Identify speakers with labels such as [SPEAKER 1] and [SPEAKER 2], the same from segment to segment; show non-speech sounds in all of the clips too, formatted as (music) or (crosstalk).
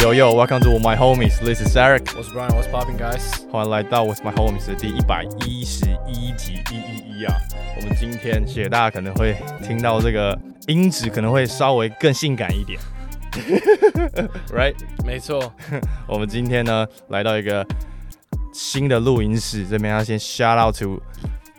[SPEAKER 1] Yo Yo Welcome to my homies. This is Eric.
[SPEAKER 2] 我是 Brian，我是 Popping Guys。
[SPEAKER 1] 欢迎来到 With my homies 的第一百一十一集一一一啊！我们今天谢谢大家可能会听到这个音质可能会稍微更性感一点 (laughs) ，right？
[SPEAKER 2] 没错，
[SPEAKER 1] (laughs) 我们今天呢来到一个新的录音室，这边要先 shout out to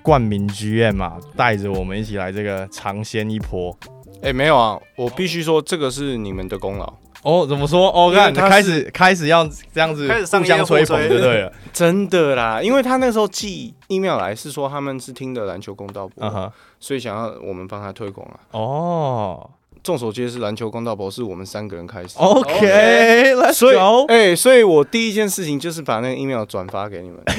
[SPEAKER 1] 冠名剧院嘛，带着我们一起来这个尝鲜一波。
[SPEAKER 3] 哎、没有啊，我必须说这个是你们的功劳，
[SPEAKER 1] 哦，怎么说？哦，
[SPEAKER 3] 因为
[SPEAKER 1] 看
[SPEAKER 3] 他是
[SPEAKER 1] 开始开始要这样子
[SPEAKER 4] 开始上
[SPEAKER 1] 互相
[SPEAKER 4] 夜
[SPEAKER 1] 吹
[SPEAKER 4] 互
[SPEAKER 1] 捧
[SPEAKER 4] 吹
[SPEAKER 1] 就对了，
[SPEAKER 3] 真的啦。因为他那时候寄 email 来是说他们是听的篮球公道博，
[SPEAKER 1] 嗯哼，
[SPEAKER 3] 所以想要我们帮他推广啊。
[SPEAKER 1] 哦。
[SPEAKER 3] 众所皆知，篮球公道博是我们三个人开始。
[SPEAKER 1] OK，Let's
[SPEAKER 3] 所以，
[SPEAKER 1] go。
[SPEAKER 3] 哎、所以我第一件事情就是把那个 email 转发给你们。
[SPEAKER 1] 哎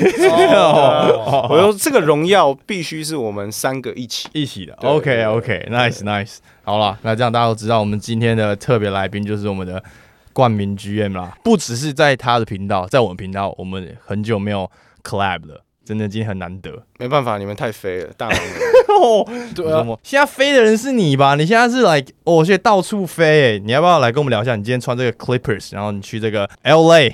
[SPEAKER 2] 哦
[SPEAKER 3] 我说这个荣耀必须是我们三个一起。
[SPEAKER 1] (laughs) 一起的
[SPEAKER 3] 对
[SPEAKER 1] ，OK OK，Nice Nice，好了，那这样大家都知道，我们今天的特别来宾就是我们的冠名 GM 啦，不只是在他的频道，在我们频道，我们很久没有 collab 了，真的今天很难得。
[SPEAKER 3] 没办法，你们太飞了，大忙人。
[SPEAKER 1] 对啊，现在飞的人是你吧？你现在是 like 哦，现在到处飞、欸，你要不要来跟我们聊一下？你今天穿这个 Clippers，然后你去这个 LA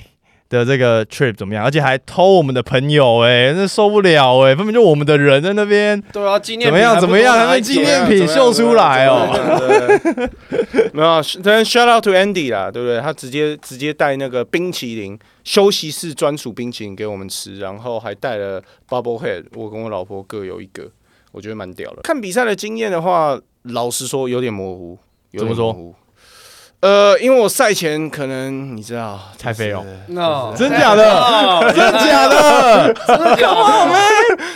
[SPEAKER 1] 的这个 trip 怎么样？而且还偷我们的朋友、欸，哎，那受不了、欸，哎，分明就我们的人在那边。
[SPEAKER 2] 对啊，纪念
[SPEAKER 1] 怎么样？怎么样？那纪
[SPEAKER 2] 啊
[SPEAKER 1] 念品秀出来哦。
[SPEAKER 3] 哦。没有，但 shout out to Andy 啦，对不对？他直接直接带那个冰淇淋，休息室专属冰淇淋给我们吃，然后还带了 bubble head，我跟我老婆各有一个，我觉得蛮屌的。看比赛的经验的话，老实说有点模糊，有点
[SPEAKER 1] 怎么说
[SPEAKER 3] 模糊。呃，因为我赛前可能你知道
[SPEAKER 1] 太废哦，
[SPEAKER 2] 那
[SPEAKER 1] 真假
[SPEAKER 2] 哎
[SPEAKER 1] 的？ (laughs) 真假的？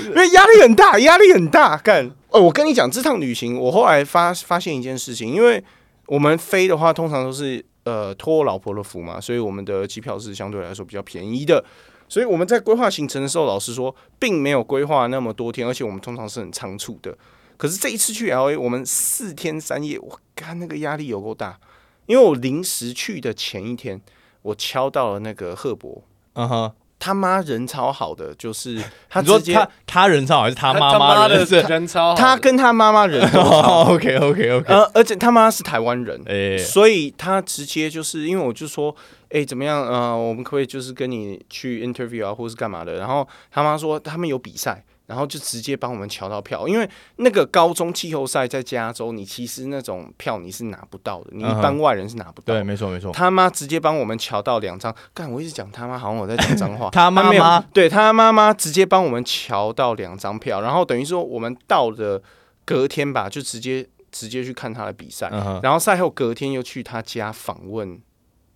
[SPEAKER 3] 因为压力很大，压力很大。干，哦，我跟你讲，这趟旅行我后来发发现一件事情，因为我们飞的话，通常都是呃托我老婆的福嘛，所以我们的机票是相对来说比较便宜的。所以我们在规划行程的时候，老实说，并没有规划那么多天，而且我们通常是很仓促的。可是这一次去 L A，我们四天三夜，我干那个压力有够大，因为我临时去的前一天，我敲到了那个赫伯，
[SPEAKER 1] 嗯哼，
[SPEAKER 3] 他妈人超好的，就是他
[SPEAKER 1] 你说
[SPEAKER 3] 直接
[SPEAKER 1] 他他人超好还是他妈妈
[SPEAKER 2] 的
[SPEAKER 1] 人 (laughs) 是
[SPEAKER 2] 人超好
[SPEAKER 3] 他跟他妈妈人都超
[SPEAKER 1] (laughs)
[SPEAKER 3] 好，
[SPEAKER 1] ？OK OK OK，
[SPEAKER 3] 呃，而且他妈是台湾人，
[SPEAKER 1] 哎，
[SPEAKER 3] 所以他直接就是因为我就说，哎、怎么样？呃，我们可不可以就是跟你去 interview 啊，或是干嘛的？然后他妈说他们有比赛，然后就直接帮我们抢到票，因为那个高中季后赛在加州，你其实那种票你是拿不到的，你一
[SPEAKER 1] 嗯
[SPEAKER 3] 般外人是拿不到
[SPEAKER 1] 对，
[SPEAKER 3] 的。
[SPEAKER 1] 没错没错，。
[SPEAKER 3] 他妈直接帮我们抢到两张，干！我一直讲他妈，好像我在讲脏话
[SPEAKER 1] (laughs) 他妈妈
[SPEAKER 3] 没有对他妈妈直接帮我们瞧到两张票，然后等于说我们到的隔天吧，就直接直接去看他的比赛，
[SPEAKER 1] 嗯哼
[SPEAKER 3] 然后赛后隔天又去他家访问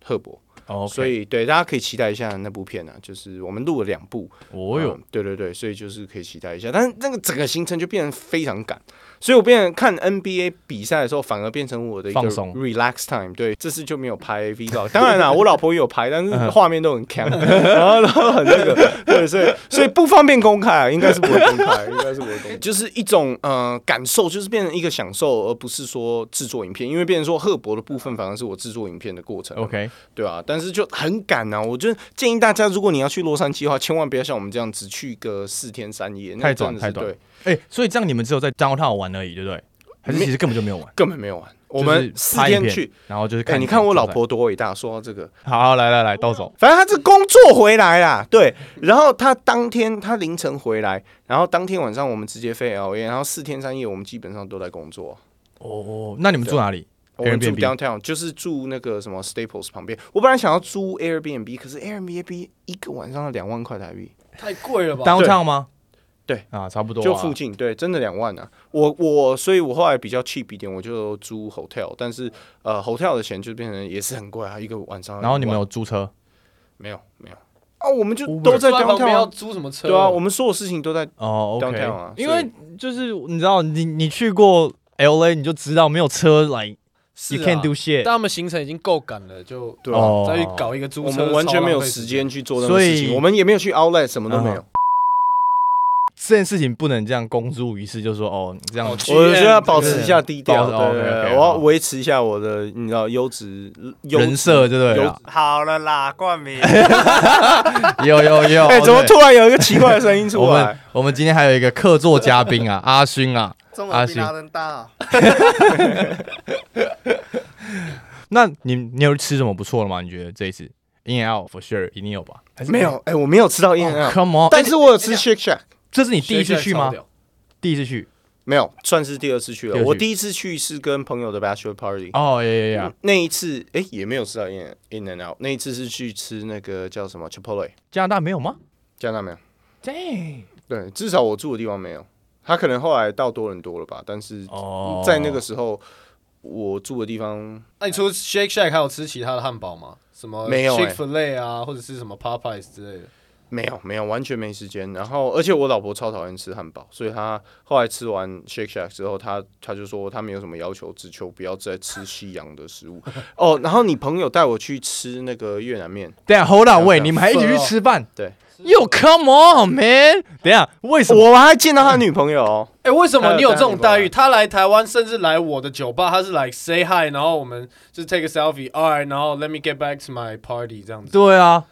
[SPEAKER 3] 赫伯
[SPEAKER 1] 哦，
[SPEAKER 3] 所以对大家可以期待一下那部片啊，就是我们录了两部，
[SPEAKER 1] 哦哟
[SPEAKER 3] 嗯，对对对，所以就是可以期待一下，但是那个整个行程就变得非常赶，所以我变成看 NBA 比赛的时候，反而变成我的一个
[SPEAKER 1] 放松
[SPEAKER 3] relax time。对，这次就没有拍 vlog，当然啦，我老婆也有拍，但是画面都很 cam，然后然后很那个，对，所以所以不方便公开啊，应该是不会公开，应该是不会公开，就是一种呃感受，就是变成一个享受，而不是说制作影片，因为变成说赫伯的部分反而是我制作影片的过程。
[SPEAKER 1] ，OK，
[SPEAKER 3] 对啊，但是就很赶啊！我就建议大家，如果你要去洛杉矶的话，千万不要像我们这样只去个四天三夜，那
[SPEAKER 1] 太短
[SPEAKER 3] 真的
[SPEAKER 1] 太
[SPEAKER 3] 是
[SPEAKER 1] 短
[SPEAKER 3] 对，
[SPEAKER 1] 哎，所以这样你们只有在 downtown 玩而已，对不对？还是其实根本就没有玩？
[SPEAKER 3] 根本没有玩。我
[SPEAKER 1] 就是
[SPEAKER 3] 们四
[SPEAKER 1] 拍影
[SPEAKER 3] 天
[SPEAKER 1] 片
[SPEAKER 3] 去，，
[SPEAKER 1] 然后就是
[SPEAKER 3] 哎、
[SPEAKER 1] 看
[SPEAKER 3] 你看我老
[SPEAKER 1] 比赛，
[SPEAKER 3] 婆多伟大！说到这个，
[SPEAKER 1] 好，来来来，倒走，
[SPEAKER 3] 反正她是工作回来啦，对。然后她当天她凌晨回来，然后当天晚上我们直接飞 L A，然后四天三夜我们基本上都在工作。
[SPEAKER 1] 哦，那你们住哪里？
[SPEAKER 3] 我们住
[SPEAKER 1] Airbnb
[SPEAKER 3] downtown，就是住那个什么 Staples 旁边。我本来想要租 Airbnb，可是 Airbnb 一个晚上要两万块台币。
[SPEAKER 2] 太贵了吧？
[SPEAKER 1] downtown 吗？
[SPEAKER 3] 啊对
[SPEAKER 1] 啊，差不多啊，
[SPEAKER 3] 就附近，对，真的两万啊！我我，所以我后来比较 cheap 一点，我就租 hotel，但是呃，hotel 的钱就变成也是很贵啊，一个 (laughs) 晚上要两万。
[SPEAKER 1] 然后你们有租车？
[SPEAKER 3] 没有没有啊？我们就
[SPEAKER 1] Uber
[SPEAKER 3] 都在
[SPEAKER 2] 在旁边
[SPEAKER 3] downtown，
[SPEAKER 2] 要呃
[SPEAKER 3] 啊
[SPEAKER 2] 租什么车？
[SPEAKER 3] 对啊，我们所有事情都在。
[SPEAKER 1] 哦，OK，
[SPEAKER 3] downtown 啊
[SPEAKER 1] 因
[SPEAKER 3] 所以
[SPEAKER 1] 为就是你知道，你你去过 LA，你就知道没有车来
[SPEAKER 2] 是
[SPEAKER 1] ，you
[SPEAKER 2] 啊
[SPEAKER 1] can't do shit。
[SPEAKER 2] 但他们行程已经够赶了，就
[SPEAKER 3] 对啊
[SPEAKER 1] 哦
[SPEAKER 2] 再去搞一个租
[SPEAKER 3] 我
[SPEAKER 2] 车，
[SPEAKER 3] 们完全没有
[SPEAKER 2] 超浪费
[SPEAKER 3] 时
[SPEAKER 2] 时
[SPEAKER 3] 间。去做任何事
[SPEAKER 1] 所以
[SPEAKER 3] 情，我们也没有去 outlet，什么都没有
[SPEAKER 1] 嗯。这件事情不能这样公诸于世，就说哦，你这样
[SPEAKER 2] 哦去
[SPEAKER 3] 我就要保持一下低调，
[SPEAKER 1] 保哦
[SPEAKER 3] 对对
[SPEAKER 1] OK，OK，
[SPEAKER 3] 对，我要
[SPEAKER 1] 好
[SPEAKER 3] 维持一下我的你知道优质优
[SPEAKER 1] 人设对不对啊？
[SPEAKER 4] 好了啦，
[SPEAKER 2] (laughs)
[SPEAKER 4] 冠名。
[SPEAKER 1] 有有有，
[SPEAKER 3] (laughs) 哎，怎么
[SPEAKER 1] 哦对
[SPEAKER 3] 突然有一个奇怪的声音出
[SPEAKER 1] (laughs) 我
[SPEAKER 3] 来
[SPEAKER 1] 们？我们今天还有一个客座嘉宾啊，阿勋啊，
[SPEAKER 4] 中
[SPEAKER 1] 阿
[SPEAKER 4] 文比
[SPEAKER 1] 信
[SPEAKER 4] 拉人大，啊
[SPEAKER 1] 那你你有吃什么不错的吗？你觉得这一次 In and Out for sure 一定有吧？还是
[SPEAKER 3] 没有，哎、我没有吃到 In
[SPEAKER 1] ？Oh,
[SPEAKER 3] and Out，、
[SPEAKER 1] come on！
[SPEAKER 3] 但是我有吃
[SPEAKER 2] 哎
[SPEAKER 3] Shake Shack，
[SPEAKER 1] 这是你第一次去吗
[SPEAKER 2] 学起来超？屌？
[SPEAKER 1] 第一次去？
[SPEAKER 3] 没有，算是第二次去
[SPEAKER 1] 第二
[SPEAKER 3] 了。
[SPEAKER 1] 次去
[SPEAKER 3] 我第一次去是跟朋友的 bachelor party，、
[SPEAKER 1] 哦，呀呀呀！
[SPEAKER 3] 那一次哎、也没有吃到 In In and Out，那一次是去吃那个叫什么 Chipotle，
[SPEAKER 1] 加拿大没有吗
[SPEAKER 3] 加拿大没有？
[SPEAKER 1] ？Dang！
[SPEAKER 3] 对，至少我住的地方没有。他可能后来到多伦多了吧，但是
[SPEAKER 1] 哦，
[SPEAKER 3] 在那个时候我住的地方
[SPEAKER 2] 那你除了 Shake Shack 还有吃其他的汉堡吗？什么
[SPEAKER 3] 没有哎
[SPEAKER 2] Shake Fil A 啊，或者是什么 Popeyes 之类的？
[SPEAKER 3] 没有没有完全没时间。然后而且我老婆超讨厌吃汉堡，所以她后来吃完 Shake Shack 之后，她她就说她没有什么要求，只求不要再吃西洋的食物。哦，然后你朋友带我去吃那个越南面，
[SPEAKER 1] 等一下，Hold on，
[SPEAKER 3] 这
[SPEAKER 1] wait，
[SPEAKER 3] 样
[SPEAKER 1] 你们还一起去吃饭？
[SPEAKER 3] 对，
[SPEAKER 1] 又 Come on man！等一下，为什么？
[SPEAKER 3] 我还见到他女朋友、哦。
[SPEAKER 2] 哎、为什么你有这种待遇？
[SPEAKER 3] 他有
[SPEAKER 2] 他来台湾，甚至来我的酒吧，他是 like say hi，然后我们就是 take a selfie，alright，然后 let me get back to my party 这样子。
[SPEAKER 1] 对啊，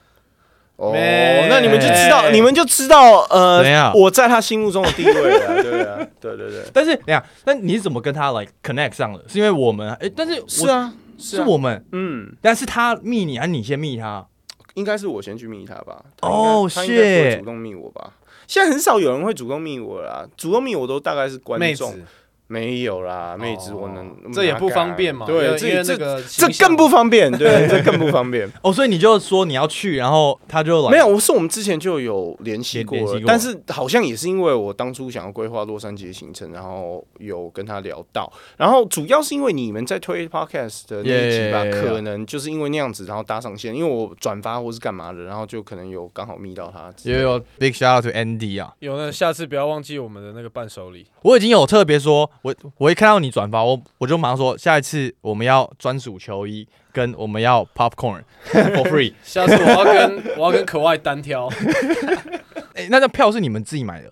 [SPEAKER 3] 哦，
[SPEAKER 2] 妹
[SPEAKER 3] 那你们就知道，你们就知道，呃
[SPEAKER 1] 怎
[SPEAKER 2] 啊
[SPEAKER 1] 样，
[SPEAKER 3] 我在他心目中的地位 (laughs) 了，对啊，对对对，
[SPEAKER 1] 但是等一下，那你是怎么跟他 like connect 上的？是因为我们哎，但是我
[SPEAKER 3] 是啊，
[SPEAKER 1] 是
[SPEAKER 3] 啊
[SPEAKER 1] 我们，
[SPEAKER 3] 嗯，
[SPEAKER 1] 但是他密你，还是你先密他？
[SPEAKER 3] 应该是我先去密他吧。
[SPEAKER 1] 哦
[SPEAKER 3] 他应该他应该不会
[SPEAKER 1] shit
[SPEAKER 3] 主动密我吧。现在很少有人会主动密我啦，主动密我都大概是观
[SPEAKER 2] 妹子
[SPEAKER 3] 众，，没有啦，妹子我
[SPEAKER 2] 哦
[SPEAKER 3] 能，
[SPEAKER 2] 这也
[SPEAKER 3] 哪
[SPEAKER 2] 不方
[SPEAKER 3] 敢
[SPEAKER 2] 便嘛因
[SPEAKER 3] 对，
[SPEAKER 2] 为因
[SPEAKER 3] 这
[SPEAKER 2] 为
[SPEAKER 3] 这
[SPEAKER 2] 那个
[SPEAKER 3] 这
[SPEAKER 2] 形象
[SPEAKER 3] 更不方便， (laughs) 对，这更不方便。
[SPEAKER 1] 哦，所以你就说你要去，然后他就 like,
[SPEAKER 3] 没有，我是我们之前就有联系过
[SPEAKER 1] 联
[SPEAKER 3] 了
[SPEAKER 1] 系过
[SPEAKER 3] 但是好像也是因为我当初想要规划洛杉矶的行程，然后有跟他聊到，然后主要是因为你们在推 podcast 的那一集吧
[SPEAKER 1] Yeah, yeah, yeah, yeah.
[SPEAKER 3] 可能就是因为那样子，然后搭上线，因为我转发或是干嘛的，然后就可能有刚好密到他之类
[SPEAKER 1] 也
[SPEAKER 3] 的。
[SPEAKER 1] 有 big shout out to Andy 啊，
[SPEAKER 2] 有呢，下次不要忘记我们的那个伴手礼。
[SPEAKER 1] 我已经有特别说，我我一看到你转发，我我就马上说，下一次我们要专属球衣，跟我们要 popcorn for
[SPEAKER 3] (laughs)
[SPEAKER 1] free。
[SPEAKER 2] 下次我要跟 (laughs) 我要跟可爱单挑，
[SPEAKER 1] 哎、那张票是你们自己买的？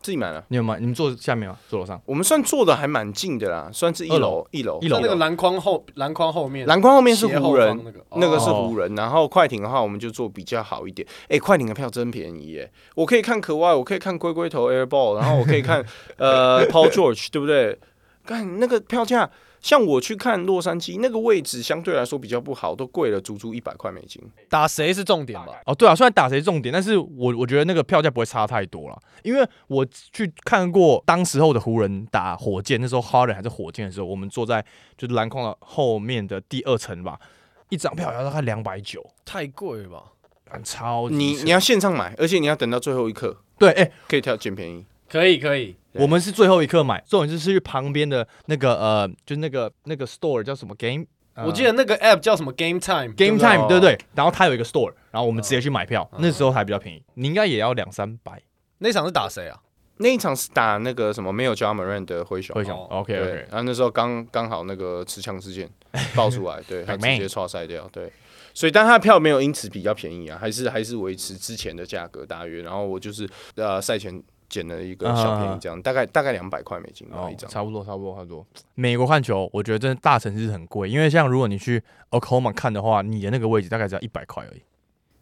[SPEAKER 3] 自己买了，
[SPEAKER 1] 你们买？你们坐下面吗？坐楼上？
[SPEAKER 3] 我们算坐的还蛮近的啦，算是一
[SPEAKER 1] 二
[SPEAKER 3] 楼
[SPEAKER 1] 楼
[SPEAKER 3] 一楼
[SPEAKER 1] 一
[SPEAKER 2] 在
[SPEAKER 1] 楼
[SPEAKER 2] 那个篮筐后篮筐后面，
[SPEAKER 3] 篮筐后面是
[SPEAKER 2] 斜
[SPEAKER 3] 湖
[SPEAKER 2] 后
[SPEAKER 3] 人
[SPEAKER 2] 方。那个
[SPEAKER 3] 那个是
[SPEAKER 2] 哦
[SPEAKER 3] 湖人，然后快艇的话，我们就做比较好一点。哎、快艇的票真便宜耶！我可以看可外，我可以看龟龟头 Airball，然后我可以看呃 Paul George，对不对？看那个票价，像我去看洛杉矶那个位置，相对来说比较不好，都贵了足足一百块美金。
[SPEAKER 2] 打谁是重点吧？
[SPEAKER 1] 哦，对啊，虽然打谁重点，但是我我觉得那个票价不会差太多了，因为我去看过当时候的湖人打火箭，那时候 Harden 还是火箭的时候，我们坐在就是篮筐的后面的第二层吧，一张票要大概两百九，
[SPEAKER 2] 太贵了吧？
[SPEAKER 1] 很超级
[SPEAKER 3] 你
[SPEAKER 1] 扯
[SPEAKER 3] 你要线上买，而且你要等到最后一刻
[SPEAKER 1] 对哎、
[SPEAKER 3] 可以挑捡便宜。
[SPEAKER 2] 可以可以，
[SPEAKER 1] 我们是最后一刻买，重点就是去旁边的那个呃，就是那个那个 store 叫什么 game，、呃
[SPEAKER 3] 嗯
[SPEAKER 2] 我记得那个 app 叫什么 Game Time。
[SPEAKER 1] Game
[SPEAKER 3] 真的
[SPEAKER 1] Time
[SPEAKER 3] 哦
[SPEAKER 1] 对嗯不对？然后它有一个 store，然后我们直接去买票，那时候还比较便宜，你应该也要两三百。
[SPEAKER 2] 那场是打谁啊？
[SPEAKER 3] 那一场是打那个什么没有 j a m a r a n 的灰熊，
[SPEAKER 1] 会想
[SPEAKER 2] 哦
[SPEAKER 1] OK
[SPEAKER 3] 对，
[SPEAKER 1] OK，
[SPEAKER 3] 然后那时候刚刚好那个持
[SPEAKER 1] (laughs)
[SPEAKER 3] 枪事件爆出来，对他
[SPEAKER 1] 百
[SPEAKER 3] 直
[SPEAKER 1] 媚
[SPEAKER 3] 接刷塞掉，对，所以但他的票没有因此比较便宜啊，还是还是维持之前的价格大约，然后我就是呃赛前捡了一个小便宜，这样、大概大概两百块美金吧
[SPEAKER 1] 啊哦
[SPEAKER 3] 一，张，
[SPEAKER 1] 差不多，差不多，差不多。美国看球，我觉得真的大城市很贵，因为像如果你去 Oklahoma 看的话，你的那个位置大概只要一百块而已。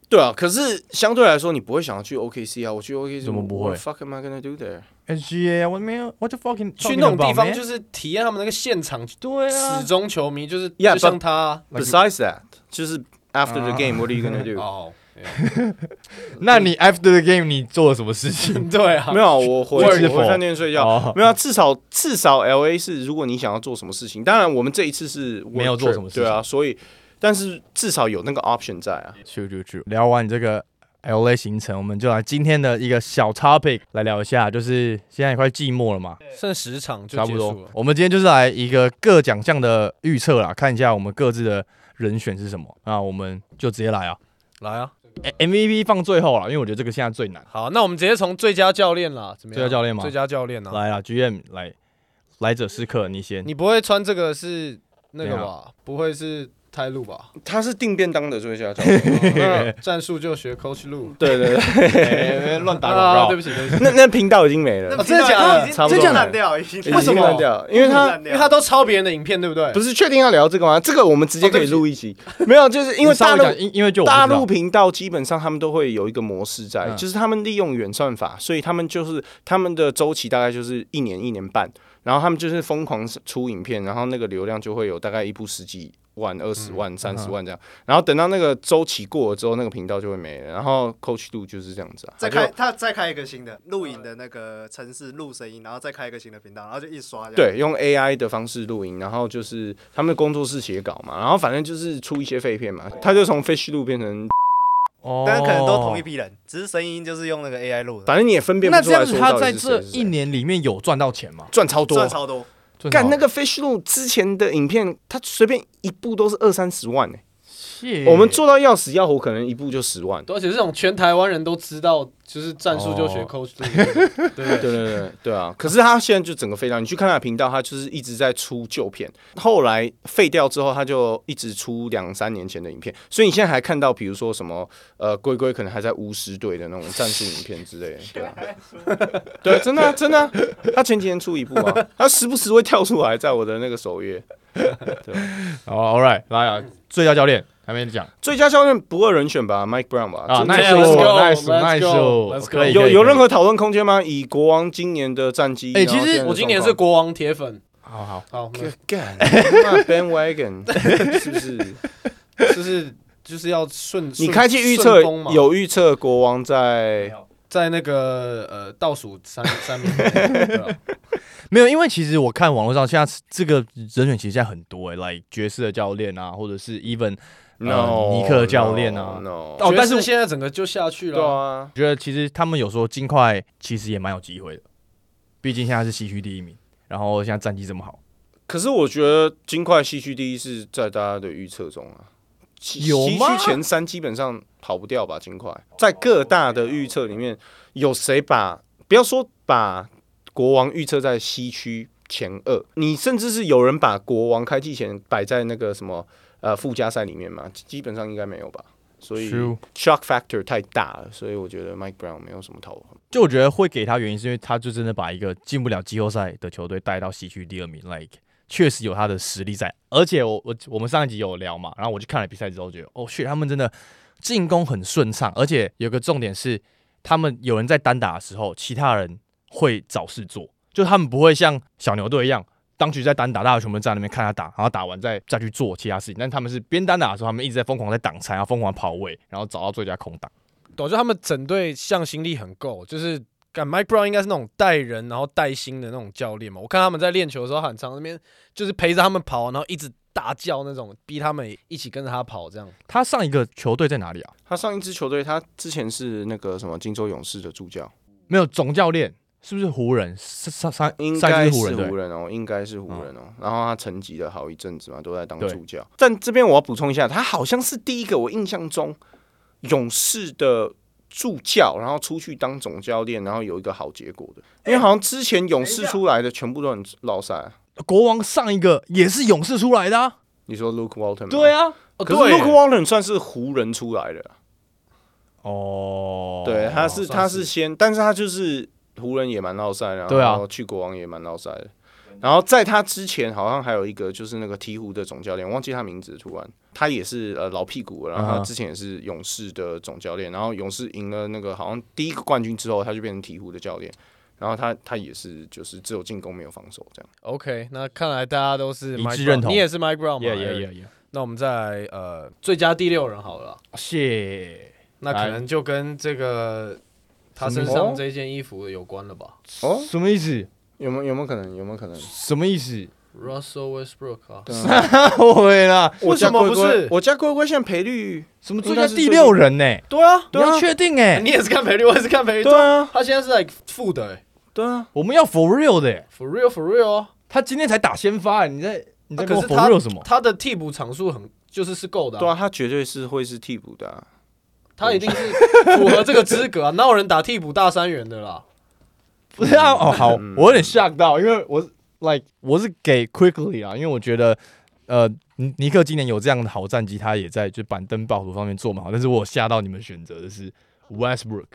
[SPEAKER 3] 对啊，可是相对来说你不会想要去 OKC 啊，我去 OKC
[SPEAKER 1] 怎么不会
[SPEAKER 3] what the fuck am I gonna do there？
[SPEAKER 1] SGA，我没有，What the fucking
[SPEAKER 2] 去那种地方就是是体验他们那个现场，
[SPEAKER 1] 对
[SPEAKER 2] 始
[SPEAKER 1] 啊，
[SPEAKER 2] 终球迷就是
[SPEAKER 3] Yeah,
[SPEAKER 2] 就像他啊
[SPEAKER 1] Like-
[SPEAKER 3] Besides that，就是 after
[SPEAKER 1] (laughs)
[SPEAKER 3] the
[SPEAKER 1] 啊
[SPEAKER 3] game，what are you gonna do？
[SPEAKER 2] 哦，
[SPEAKER 1] 那你 after the game 你做了什么事情？
[SPEAKER 2] 对啊
[SPEAKER 3] 没，有，我回我
[SPEAKER 1] Work
[SPEAKER 3] 回
[SPEAKER 1] for-
[SPEAKER 3] 饭店睡
[SPEAKER 1] (laughs)
[SPEAKER 3] 觉。
[SPEAKER 1] 哦
[SPEAKER 3] 没有啊，至少至少 L A 是，如果你想要做什么事情，当然我们这一次是 work
[SPEAKER 1] 没有做什么事
[SPEAKER 3] trip，
[SPEAKER 1] 情
[SPEAKER 3] 对啊，所以但是至少有那个 option 在啊。
[SPEAKER 1] 去去去！聊完这个 L A 行程，我们就来今天的一个小 topic 来聊一下，就是现在也快季末了嘛，
[SPEAKER 2] 剩十场就
[SPEAKER 1] 差
[SPEAKER 2] 结
[SPEAKER 1] 不
[SPEAKER 2] 束
[SPEAKER 1] 多
[SPEAKER 2] 了。。
[SPEAKER 1] 我们今天就是来一个各奖项的预测啦，看一下我们各自的人选是什么。那我们就直接来啊
[SPEAKER 2] 来啊，
[SPEAKER 1] 哎，MVP 放最后啦，因为我觉得这个现在最难。
[SPEAKER 2] 好，那我们直接从最佳教练啦，怎么样？
[SPEAKER 1] 最佳教练吗
[SPEAKER 2] 最佳教练啊，
[SPEAKER 1] 来啦 g m 来，来者是客，你先。
[SPEAKER 2] 你不会穿这个是那个
[SPEAKER 1] 怎
[SPEAKER 2] 吧？不会是泰
[SPEAKER 1] (laughs)
[SPEAKER 2] 路吧？哦
[SPEAKER 3] 他是订便当的最佳教
[SPEAKER 2] (laughs)
[SPEAKER 3] 练，
[SPEAKER 2] 战术就学 Coach 路。
[SPEAKER 3] 对对对，
[SPEAKER 1] 别乱打
[SPEAKER 2] 啊，
[SPEAKER 1] 广告。
[SPEAKER 2] 对不起，对不
[SPEAKER 3] (laughs)
[SPEAKER 2] 起。
[SPEAKER 3] 那那频道已经没了
[SPEAKER 2] 那，啊真的假的
[SPEAKER 3] 已经差不多
[SPEAKER 2] 真假的
[SPEAKER 3] 烂
[SPEAKER 4] 掉，已经
[SPEAKER 3] 已经烂掉，因为他。
[SPEAKER 2] 因为他都抄别人的影片，对不对？
[SPEAKER 3] 不是确定要聊这个吗？这个我们直接
[SPEAKER 2] 哦
[SPEAKER 3] 可
[SPEAKER 2] 对不
[SPEAKER 3] 以
[SPEAKER 2] 起
[SPEAKER 3] 录一集，没有，就是因为
[SPEAKER 1] 你稍
[SPEAKER 3] 大
[SPEAKER 1] 微
[SPEAKER 3] 陆
[SPEAKER 1] 讲因因为就我不知
[SPEAKER 3] 大
[SPEAKER 1] 道
[SPEAKER 3] 陆频道基本上他们都会有一个模式在，
[SPEAKER 1] 嗯
[SPEAKER 3] 就是他们利用远算法，所以他们就是他们的周期大概就是一年一年半，然后他们就是疯狂出影片，然后那个流量就会有大概一部十几万、二十万、三十
[SPEAKER 1] 嗯
[SPEAKER 3] 万这样。然后等到那个周期过了之后，那个频道就会没了。然后 Coach 度就是这样子啊，
[SPEAKER 4] 再
[SPEAKER 3] 他就
[SPEAKER 4] 开他再开一个新的录影的那个城市录声音，然后再开一个新的频道，然后就一刷这样。
[SPEAKER 3] 对，用 AI 的方式录音，然后就是他们的工作室写稿嘛，然后反正就是出一些废片嘛，他就从 Fish 录变成，
[SPEAKER 1] 哦
[SPEAKER 4] 但是可能都同一。批人，只是声音就是用那个 AI 录的，
[SPEAKER 3] 反正你也分辨
[SPEAKER 1] 那
[SPEAKER 3] 不出
[SPEAKER 1] 这
[SPEAKER 3] 来
[SPEAKER 1] 样
[SPEAKER 3] 说
[SPEAKER 1] 子，他
[SPEAKER 3] 到底
[SPEAKER 1] 在
[SPEAKER 3] 是
[SPEAKER 1] 这
[SPEAKER 3] 谁是谁
[SPEAKER 1] 一年里面有赚到钱吗？
[SPEAKER 3] 赚
[SPEAKER 2] 啊
[SPEAKER 3] 超多
[SPEAKER 4] 赚，超多。
[SPEAKER 1] 赚
[SPEAKER 3] 干
[SPEAKER 1] 到
[SPEAKER 3] 那个 Fish 录之前的影片，他随便一部都是二三十万呢、欸
[SPEAKER 1] 谢
[SPEAKER 3] 我们做到要死要活，可能一部就十万。
[SPEAKER 2] 而且这种全台湾人都知道，就是战术就学
[SPEAKER 1] 哦
[SPEAKER 2] coach，Lee，对不
[SPEAKER 3] 对对
[SPEAKER 2] 对？
[SPEAKER 3] 对对对啊！可是他现在就整个废掉，你去看他的频道，他就是一直在出旧片。后来废掉之后，他就一直出两三年前的影片，所以你现在还看到，比如说什么呃，龟龟可能还在巫师队的那种战术影片之类的，对啊，对，真的啊、真的啊、他前几天出一部啊，他时不时会跳出来在我的那个首页。
[SPEAKER 1] 哦，All right，来啊，最佳教练还没讲
[SPEAKER 3] 最佳教练不二人选吧，Mike Brown 吧，
[SPEAKER 1] 啊
[SPEAKER 3] 这
[SPEAKER 1] ，nice
[SPEAKER 2] Yeah, let's go,
[SPEAKER 1] show，nice
[SPEAKER 2] let's
[SPEAKER 1] nice
[SPEAKER 2] go,
[SPEAKER 1] show，
[SPEAKER 2] let's
[SPEAKER 1] 可以可
[SPEAKER 2] go
[SPEAKER 3] 有
[SPEAKER 1] 以
[SPEAKER 3] 有
[SPEAKER 1] 可以
[SPEAKER 3] 任何讨论空间吗？以国王今年的战绩，
[SPEAKER 1] 哎其
[SPEAKER 3] 然后
[SPEAKER 1] 实
[SPEAKER 3] 现在的
[SPEAKER 2] 我今年
[SPEAKER 3] 状
[SPEAKER 2] 是
[SPEAKER 3] 况
[SPEAKER 2] 国王铁粉，
[SPEAKER 1] 好好
[SPEAKER 2] 好，
[SPEAKER 3] 干干他妈
[SPEAKER 2] 啊
[SPEAKER 1] (laughs)
[SPEAKER 2] (laughs)
[SPEAKER 3] bandwagon 是不是？
[SPEAKER 2] 就是就是要顺。
[SPEAKER 3] 你
[SPEAKER 2] 顺
[SPEAKER 3] 开启预测
[SPEAKER 2] 顺风嘛
[SPEAKER 3] 有预测国王在
[SPEAKER 2] 在那个呃倒数三三名，对吧
[SPEAKER 1] 没有，因为其实我看网络上现在这个人选其实现在很多哎、欸、，like 爵士的教练啊，或者是 even 呃
[SPEAKER 3] no
[SPEAKER 1] 尼克教练啊
[SPEAKER 3] no，
[SPEAKER 1] 哦但是
[SPEAKER 2] 爵士现在整个就下去
[SPEAKER 3] 对
[SPEAKER 2] 了。
[SPEAKER 3] 啊，
[SPEAKER 1] 我觉得其实他们有时候尽快其实也蛮有机会的，毕竟现在是西区第一名，然后现在战绩这么好，
[SPEAKER 3] 可是我觉得金块西区第一是在大家的预测中啊，西
[SPEAKER 1] 有
[SPEAKER 3] 西
[SPEAKER 1] 吗
[SPEAKER 3] 区前三基本上跑不掉吧？金块在各大的预测里面，有谁把不要说把国王预测在西区前二，你甚至是有人把国王开季前摆在那个什么呃附加赛里面嘛？基本上应该没有吧？所以
[SPEAKER 1] True
[SPEAKER 3] shock factor 太大了，所以我觉得 Mike Brown 没有什么讨论。
[SPEAKER 1] 就我觉得会给他原因是因为他就真的把一个进不了季后赛的球队带到西区第二名，like 确实有他的实力在，而且我我我们上一集有聊嘛，然后我去看了比赛之后觉得，哦，去他们真的进攻很顺畅，而且有个重点是，他们有人在单打的时候，其他人会找事做，就他们不会像小牛队一样。当局在单打，大家全部在那边看他打，然后打完再再去做其他事情。但他们是边单打的时候，他们一直在疯狂在挡拆，然后疯狂跑位，然后找到最佳空档。
[SPEAKER 2] 对，就他们整队向心力很够，就是感 Mike Brown 应该是那种带人然后带心的那种教练嘛。我看他们在练球的时候，很常那边就是陪着他们跑，然后一直大叫那种，逼他们一起跟着他跑这样。
[SPEAKER 1] 他上一个球队在哪里啊？
[SPEAKER 3] 他上一支球队，他之前是那个什么金州勇士的助教，
[SPEAKER 1] 没有总教练是不是湖人？上上上
[SPEAKER 3] 应
[SPEAKER 1] 上
[SPEAKER 3] 该
[SPEAKER 1] 一
[SPEAKER 3] 是
[SPEAKER 1] 季湖人队嗯
[SPEAKER 3] 湖。人哦，应该是湖人哦。然后他沉寂了好一阵子嘛，都在当
[SPEAKER 1] 对
[SPEAKER 3] 助教。但这边我要补充一下，他好像是第一个我印象中勇士的助教，然后出去当总教练，然后有一个好结果的。因为好像之前勇士出来的全部都很落塞啊。
[SPEAKER 1] 国王上一个也是勇士出来的、啊，
[SPEAKER 3] 你说 Luke Walton 吗
[SPEAKER 1] 对，啊，
[SPEAKER 2] 哦，
[SPEAKER 3] 可是 Luke Walton 算是湖人出来的啊，
[SPEAKER 1] 哦，
[SPEAKER 3] 对，他是
[SPEAKER 2] 算
[SPEAKER 3] 他
[SPEAKER 2] 是
[SPEAKER 3] 是先，但是他就是湖人也蛮闹赛的，
[SPEAKER 1] 对啊
[SPEAKER 3] 然后去国王也蛮闹赛的。然后在他之前，好像还有一个就是那个鹈鹕的总教练，忘记他名字，突然他也是呃老屁股了，然后
[SPEAKER 1] 嗯
[SPEAKER 3] 他
[SPEAKER 1] 哼
[SPEAKER 3] 之前也是勇士的总教练，然后勇士赢了那个好像第一个冠军之后，他就变成鹈鹕的教练，然后他他也是就是只有进攻没有防守这样。
[SPEAKER 2] OK，那看来大家都是
[SPEAKER 1] 一
[SPEAKER 2] Mike
[SPEAKER 1] 致
[SPEAKER 2] Brown，
[SPEAKER 1] 认同
[SPEAKER 2] 你也是 Mike Brown 嘛
[SPEAKER 1] 耶耶
[SPEAKER 2] Eric
[SPEAKER 1] 耶耶，
[SPEAKER 2] 那我们再来呃最佳第六人好了啦，
[SPEAKER 1] 谢
[SPEAKER 2] 那可
[SPEAKER 1] 来
[SPEAKER 2] 能就跟这个他身
[SPEAKER 3] 什么
[SPEAKER 2] 上这件衣服有关了吧
[SPEAKER 3] 哦
[SPEAKER 1] 什么意思？
[SPEAKER 3] 有没有有没有可能？有没有可能？
[SPEAKER 1] 什么意思？
[SPEAKER 2] ？Russell Westbrook
[SPEAKER 3] (laughs)
[SPEAKER 2] 啊，
[SPEAKER 1] 对啦，
[SPEAKER 3] 我
[SPEAKER 2] 为
[SPEAKER 3] 家
[SPEAKER 2] 什么
[SPEAKER 3] 龟
[SPEAKER 2] 不
[SPEAKER 3] 龟
[SPEAKER 2] 是，
[SPEAKER 3] 我家龟龟现在赔率，
[SPEAKER 1] 什么最
[SPEAKER 3] 应
[SPEAKER 1] 佳
[SPEAKER 3] 该是
[SPEAKER 1] 第六人呢、
[SPEAKER 2] 对啊，
[SPEAKER 1] 你
[SPEAKER 3] 对啊
[SPEAKER 1] 要确定哎、
[SPEAKER 2] 你也是看赔率，我也是看赔率，
[SPEAKER 3] 对啊，
[SPEAKER 2] 他现在是 like 负的、欸、
[SPEAKER 3] 对啊，
[SPEAKER 1] 我们要 for real 的、欸，
[SPEAKER 2] ，for real for real 啊。
[SPEAKER 1] 他今天才打先发、欸，你在你在
[SPEAKER 2] 啊
[SPEAKER 1] 跟我
[SPEAKER 2] 可是
[SPEAKER 1] for
[SPEAKER 2] 他
[SPEAKER 1] real 什么？
[SPEAKER 2] 他的替补场数很就是是够的、
[SPEAKER 3] 哦对啊，，他绝对是会是替补的啊。
[SPEAKER 2] 他一定是符合这个资格啊，哪 (laughs) 有人打替补大三元的啦？
[SPEAKER 1] 不是啊，哦，好
[SPEAKER 3] 嗯，
[SPEAKER 1] 我有点吓到，因为我是 like 我是给 quickly 啊，因为我觉得呃尼尼克今年有这样的好战绩，他也在就板凳爆图方面做蛮好，但是我有吓到你们选择的是 Westbrook，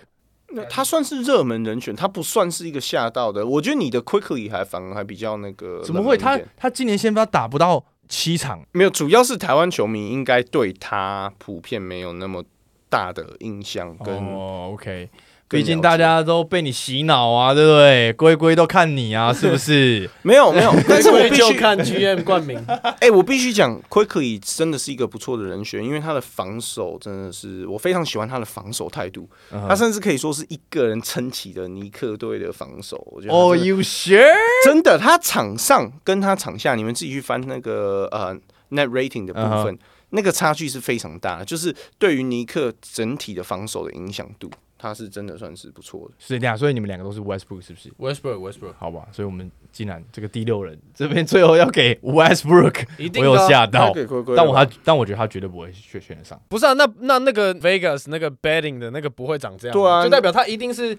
[SPEAKER 3] 那他算是热门人选，他不算是一个吓到的。我觉得你的 quickly 还反而还比较那个
[SPEAKER 1] 怎么会
[SPEAKER 3] 呃冷门一
[SPEAKER 1] 他
[SPEAKER 3] 点
[SPEAKER 1] 他今年先发打不到七场？
[SPEAKER 3] 没有？主要是台湾球迷应该对他普遍没有那么大的印象跟、
[SPEAKER 1] 哦，OK，
[SPEAKER 3] 更
[SPEAKER 1] 毕竟
[SPEAKER 3] 了
[SPEAKER 1] 大
[SPEAKER 3] 解
[SPEAKER 1] 家都被你洗脑啊，对不对？龟龟都看你
[SPEAKER 3] (laughs)
[SPEAKER 1] 啊，是不是？
[SPEAKER 3] 没有没
[SPEAKER 1] (laughs)
[SPEAKER 3] 有，但是我必
[SPEAKER 2] 就
[SPEAKER 3] 须
[SPEAKER 2] 看 GM 冠名，
[SPEAKER 3] 哎、我必须讲，Quickly 真的是一个不错的人选，因为他的防守真的是我非常喜欢他的防守态度，
[SPEAKER 1] 嗯
[SPEAKER 3] 他甚至可以说是一个人撑起的尼克队的防守。我觉得他
[SPEAKER 1] 哦、
[SPEAKER 3] 真的
[SPEAKER 1] y o u sure？
[SPEAKER 3] 真的，他场上跟他场下，你们自己去翻那个呃 net rating 的部分那个差距是非常大的，就是对于尼克整体的防守的影响度，他是真的算是不错的。
[SPEAKER 1] 是这样，所以你们两个都是 Westbrook 是不是？
[SPEAKER 2] Westbrook Westbrook
[SPEAKER 1] 好吧，所以我们竟然这个第六人这边最后要给 Westbrook，
[SPEAKER 2] 一定
[SPEAKER 1] 我
[SPEAKER 2] 的啊
[SPEAKER 1] 有吓到，
[SPEAKER 3] 给龟龟
[SPEAKER 1] 但我他但我觉得他绝对不会选选得上。
[SPEAKER 2] 不是啊，那那那个 Vegas 那个 betting 的那个不会长这样，
[SPEAKER 3] 对啊
[SPEAKER 2] 就代表他一定是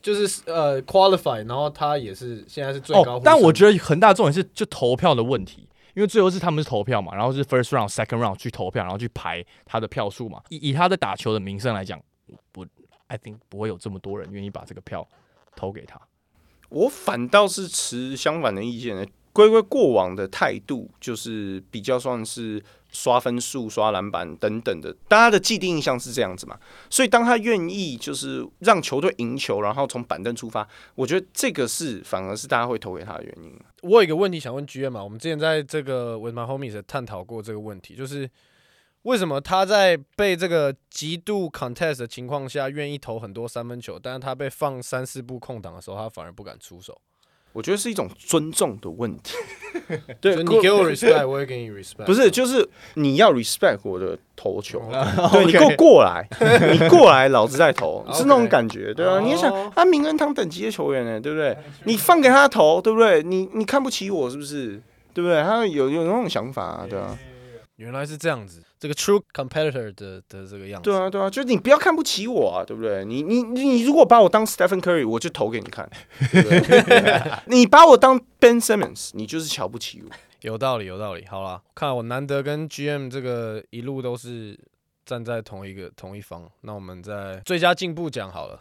[SPEAKER 2] 就是呃 qualify，然后他也是现在是最高呼
[SPEAKER 1] 哦
[SPEAKER 2] 声，，
[SPEAKER 1] 但我觉得很大重点是就投票的问题，因为最后是他们是投票嘛，然后是 first round、second round 去投票，然后去排他的票数嘛。以以他的打球的名声来讲，我 I think 不会有这么多人愿意把这个票投给他。
[SPEAKER 3] 我反倒是持相反的意见呢。龟龟过往的态度就是比较算是刷分数、刷篮板等等的，大家的既定印象是这样子嘛。所以当他愿意就是让球队赢球，然后从板凳出发，我觉得这个是反而是大家会投给他的原因。
[SPEAKER 2] 我有一个问题想问 GM 嘛，我们之前在这个 With My Homies 也探讨过这个问题，就是为什么他在被这个极度 contest 的情况下，愿意投很多三分球，但是他被放三四步空档的时候，他反而不敢出
[SPEAKER 3] (laughs)
[SPEAKER 2] 手。
[SPEAKER 3] 我觉得是一种尊重的问题。
[SPEAKER 2] 就你给我
[SPEAKER 3] (laughs)
[SPEAKER 2] respect，我也给你 respect。
[SPEAKER 3] 不
[SPEAKER 2] (laughs)
[SPEAKER 3] 是，就是啊你要 respect 我的投球，
[SPEAKER 2] 哦
[SPEAKER 3] 对你
[SPEAKER 1] OK
[SPEAKER 3] 给我过
[SPEAKER 2] (laughs)
[SPEAKER 3] 来，你过来，老子在投，
[SPEAKER 2] OK
[SPEAKER 3] 是那种感觉，对啊，
[SPEAKER 2] 哦嗯
[SPEAKER 3] 你也想他名人堂等级的球员呢，对不对？你放给他投，对不对？你你看不起我是不是？对不对？他有有那种想法
[SPEAKER 2] 嗯
[SPEAKER 3] 啊，对啊，
[SPEAKER 2] 原来是这样子，这个 true competitor 的的这个样子。
[SPEAKER 3] 对啊，对啊，就是你不要看不起我啊，对不对？你你你你如果把我当 Stephen Curry，我就投给你看；对不对对
[SPEAKER 2] (laughs)
[SPEAKER 3] 啊你把我当 Ben Simmons，你就是瞧不起我。
[SPEAKER 2] 有道理，有道理。好啦，看来我难得跟 GM 这个一路都是站在同一个同一方。那我们在最佳进步奖好了。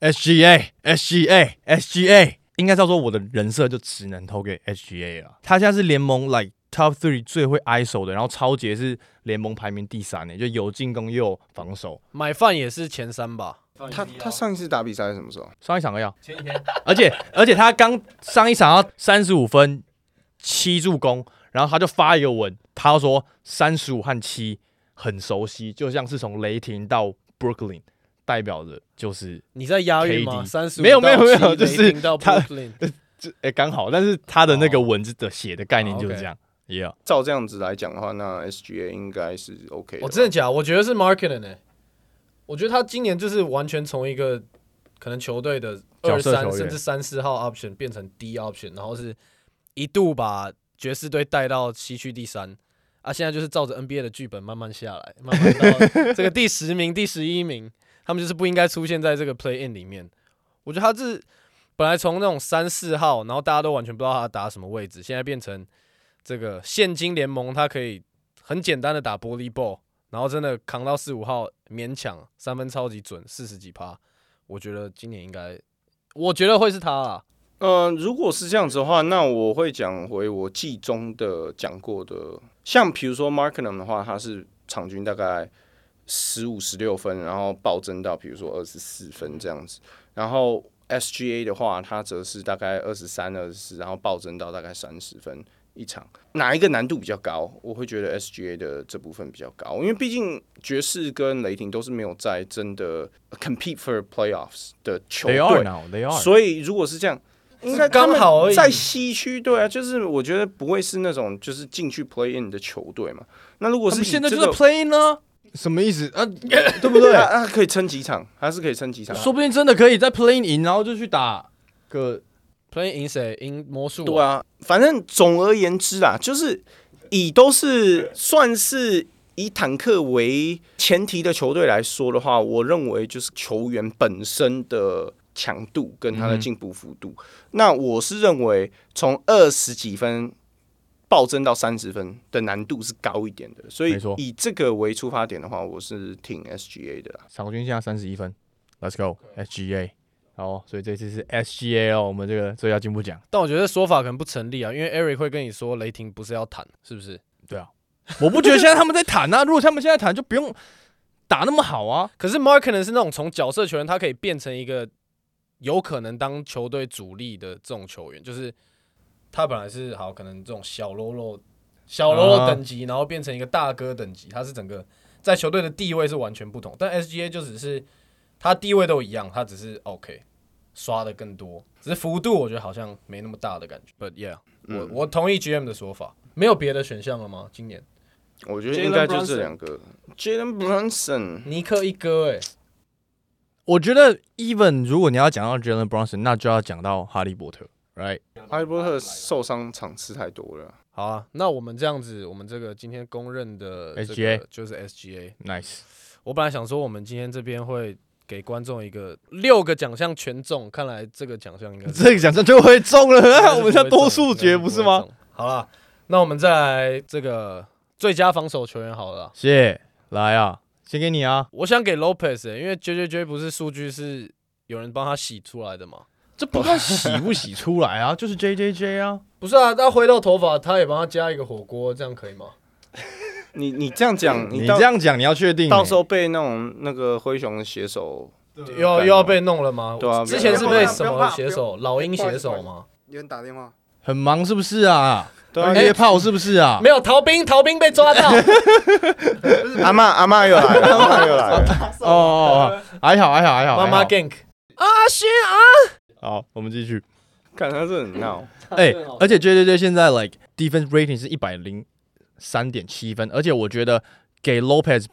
[SPEAKER 1] SGA SGA SGA 应该叫做我的人设就只能投给 SGA 了。他现在是联盟 like top three 最会 ISO 的，然后超杰是联盟排名第三呢，欸就有进攻又有防守。
[SPEAKER 2] 买饭也是前三吧？
[SPEAKER 3] 他他上一次打比赛是什么时候？
[SPEAKER 1] 上一场要，
[SPEAKER 2] 前几天
[SPEAKER 1] 而且而且他刚上一场要三十五分七助攻，然后他就发一个文，他说三十五和七很熟悉，就像是从雷霆到 Brooklyn，代表着就是
[SPEAKER 2] 你在押韵吗？
[SPEAKER 1] KD
[SPEAKER 2] 三十
[SPEAKER 1] 没有没有没有就是
[SPEAKER 2] 到
[SPEAKER 1] 他
[SPEAKER 2] Brooklyn
[SPEAKER 1] 这哎刚好，但是他的那个
[SPEAKER 2] 哦
[SPEAKER 1] 文字的写的概念
[SPEAKER 2] 哦
[SPEAKER 1] 就是
[SPEAKER 2] OK
[SPEAKER 1] 这样。Yeah，
[SPEAKER 3] 照这样子来讲的话，那 SGA 应该是 OK 的吧。啊
[SPEAKER 2] 我真的假的？我觉得是 Marketing 呢、我觉得他今年就是完全从一个可能球队的
[SPEAKER 1] 角
[SPEAKER 2] 二
[SPEAKER 1] 色球
[SPEAKER 2] 三
[SPEAKER 1] 员
[SPEAKER 2] 甚至三四号 option 变成 D option，然后是一度把爵士队带到西区第三。啊，现在就是照着 NBA 的剧本慢慢下来，慢慢
[SPEAKER 1] (laughs)
[SPEAKER 2] 到这个第十名、第十一名，他们就是不应该出现在这个 Play In 里面。我觉得他是本来从那种三四号，然后大家都完全不知道他打什么位置，现在变成这个现今联盟，他可以很简单的打玻璃 ball，然后真的扛到四五号，勉强三分超级准，四十几趴。我觉得今年应该，我觉得会是他啦。
[SPEAKER 3] 呃，如果是这样子的话，那我会讲回我季中的讲过的，像比如说 Marknum 的话，他是场均大概十五、十六分，然后暴增到比如说二十四分这样子。然后 SGA 的话，它则是大概二十三、二十四，然后暴增到大概三十分一场。哪一个难度比较高？我会觉得 SGA 的这部分比较高，因为毕竟爵士跟雷霆都是没有在真的 compete for playoffs 的球队
[SPEAKER 1] They are now, they are.
[SPEAKER 3] 所以如果是这样，应该
[SPEAKER 2] 刚好
[SPEAKER 3] 他们
[SPEAKER 2] 而已
[SPEAKER 3] 在西区，对啊，就是我觉得不会是那种就是进去 play in 的球队嘛。那如果
[SPEAKER 1] 他
[SPEAKER 3] 是
[SPEAKER 1] 们
[SPEAKER 3] 以
[SPEAKER 1] 现在
[SPEAKER 3] 这
[SPEAKER 1] 就
[SPEAKER 3] 个
[SPEAKER 1] 在 play 呢？什么意思啊？对不
[SPEAKER 3] 对
[SPEAKER 1] 对
[SPEAKER 3] 啊，？ (laughs) 啊可以撑几场，还是可以撑几场。
[SPEAKER 1] 说不定真的可以在 play 赢，然后就去打个
[SPEAKER 2] Play 赢谁？赢魔术、
[SPEAKER 3] 对，啊，反正总而言之啊，就是以都是算是以坦克为前提的球队来说的话，我认为就是球员本身的强度跟他的进步幅度。那我是认为从二十几分。暴增到三十分的难度是高一点的，所以
[SPEAKER 1] 没错
[SPEAKER 3] 以这个为出发点的话，我是挺 SGA 的啦。
[SPEAKER 1] 场均现在三十一分，Let's go SGA。好，所以这次是 SGA 哦，我们这个最佳进步奖。
[SPEAKER 2] 但我觉得说法可能不成立啊，因为 Eric 会跟你说雷霆不是要谈，是不是？
[SPEAKER 1] 对啊，我不觉得现在他们在谈啊，如果他们现在谈，就不用打那么好啊，
[SPEAKER 2] 可是 Mark 可能是那种从角色球员，他可以变成一个有可能当球队主力的这种球员，就是他本来是好可能这种小喽啰、小喽啰
[SPEAKER 1] 啊
[SPEAKER 2] 等级，然后变成一个大哥等级，他是整个在球队的地位是完全不同。但 SGA 就只是他地位都一样，他只是 OK 刷的更多，只是幅度我觉得好像没那么大的感觉。But yeah，、我我同意 GM 的说法，没有别的选项了吗？今年
[SPEAKER 3] 我觉得
[SPEAKER 2] Jalen
[SPEAKER 3] 应该就
[SPEAKER 2] Brunson
[SPEAKER 3] 这两个，Jalen Brunson，
[SPEAKER 2] 尼克一哥、欸，哎，
[SPEAKER 1] 我觉得 even 如果你要讲到 Jalen Brunson，那就要讲到哈利波特，right？
[SPEAKER 3] 哈利波特受伤场次太多了。
[SPEAKER 2] 好啊，那我们这样子，我们这个今天公认的这
[SPEAKER 1] SGA
[SPEAKER 2] 个就是 SGA。
[SPEAKER 1] Nice，
[SPEAKER 2] 我本来想说，我们今天这边会给观众一个六个奖项全中，看来这个奖项
[SPEAKER 1] (laughs)
[SPEAKER 2] 应该是
[SPEAKER 1] 这个奖项就会中 (laughs) 了，我们叫多数
[SPEAKER 2] 绝
[SPEAKER 1] 决不是吗？？
[SPEAKER 2] 好啦，那我们再来这个最佳防守球员好了啦。
[SPEAKER 1] 谢，来啊，先给你啊，
[SPEAKER 2] 我想给 Lopez，、欸、因为 J J J 不是数据是有人帮他洗出来的嘛？
[SPEAKER 1] 这不算洗不洗出来啊，就是 (laughs) J J J 啊，
[SPEAKER 2] 不是啊，他回到头发，他也帮他加一个火锅，这样可以吗？
[SPEAKER 3] 你你这样讲，
[SPEAKER 1] 你
[SPEAKER 3] 到
[SPEAKER 1] 这样讲你要确定欸，
[SPEAKER 3] 到时候被那种那个灰熊的写手，
[SPEAKER 2] 又要又要被弄了吗？
[SPEAKER 3] 对啊
[SPEAKER 2] 之前是被什
[SPEAKER 4] 不用怕
[SPEAKER 2] 么写手？老鹰写
[SPEAKER 4] 不
[SPEAKER 2] 手
[SPEAKER 4] 用
[SPEAKER 2] 吗？
[SPEAKER 4] 有人打电话，
[SPEAKER 1] 很忙是不是啊？
[SPEAKER 3] 对啊，
[SPEAKER 1] 猎炮是不是啊？
[SPEAKER 2] 没有逃兵，逃兵被抓到。
[SPEAKER 3] 阿妈阿妈又来了，阿妈又来 (laughs) 了，
[SPEAKER 1] 哦哦哦，还好还好还好，
[SPEAKER 2] 妈妈
[SPEAKER 1] 还好
[SPEAKER 2] gank 啊
[SPEAKER 1] 好，我们继续。
[SPEAKER 3] 看他是很闹，
[SPEAKER 1] 哎、而且 J J J 现在 like defense rating 是一百零三点七分，而且我觉得给 Lopez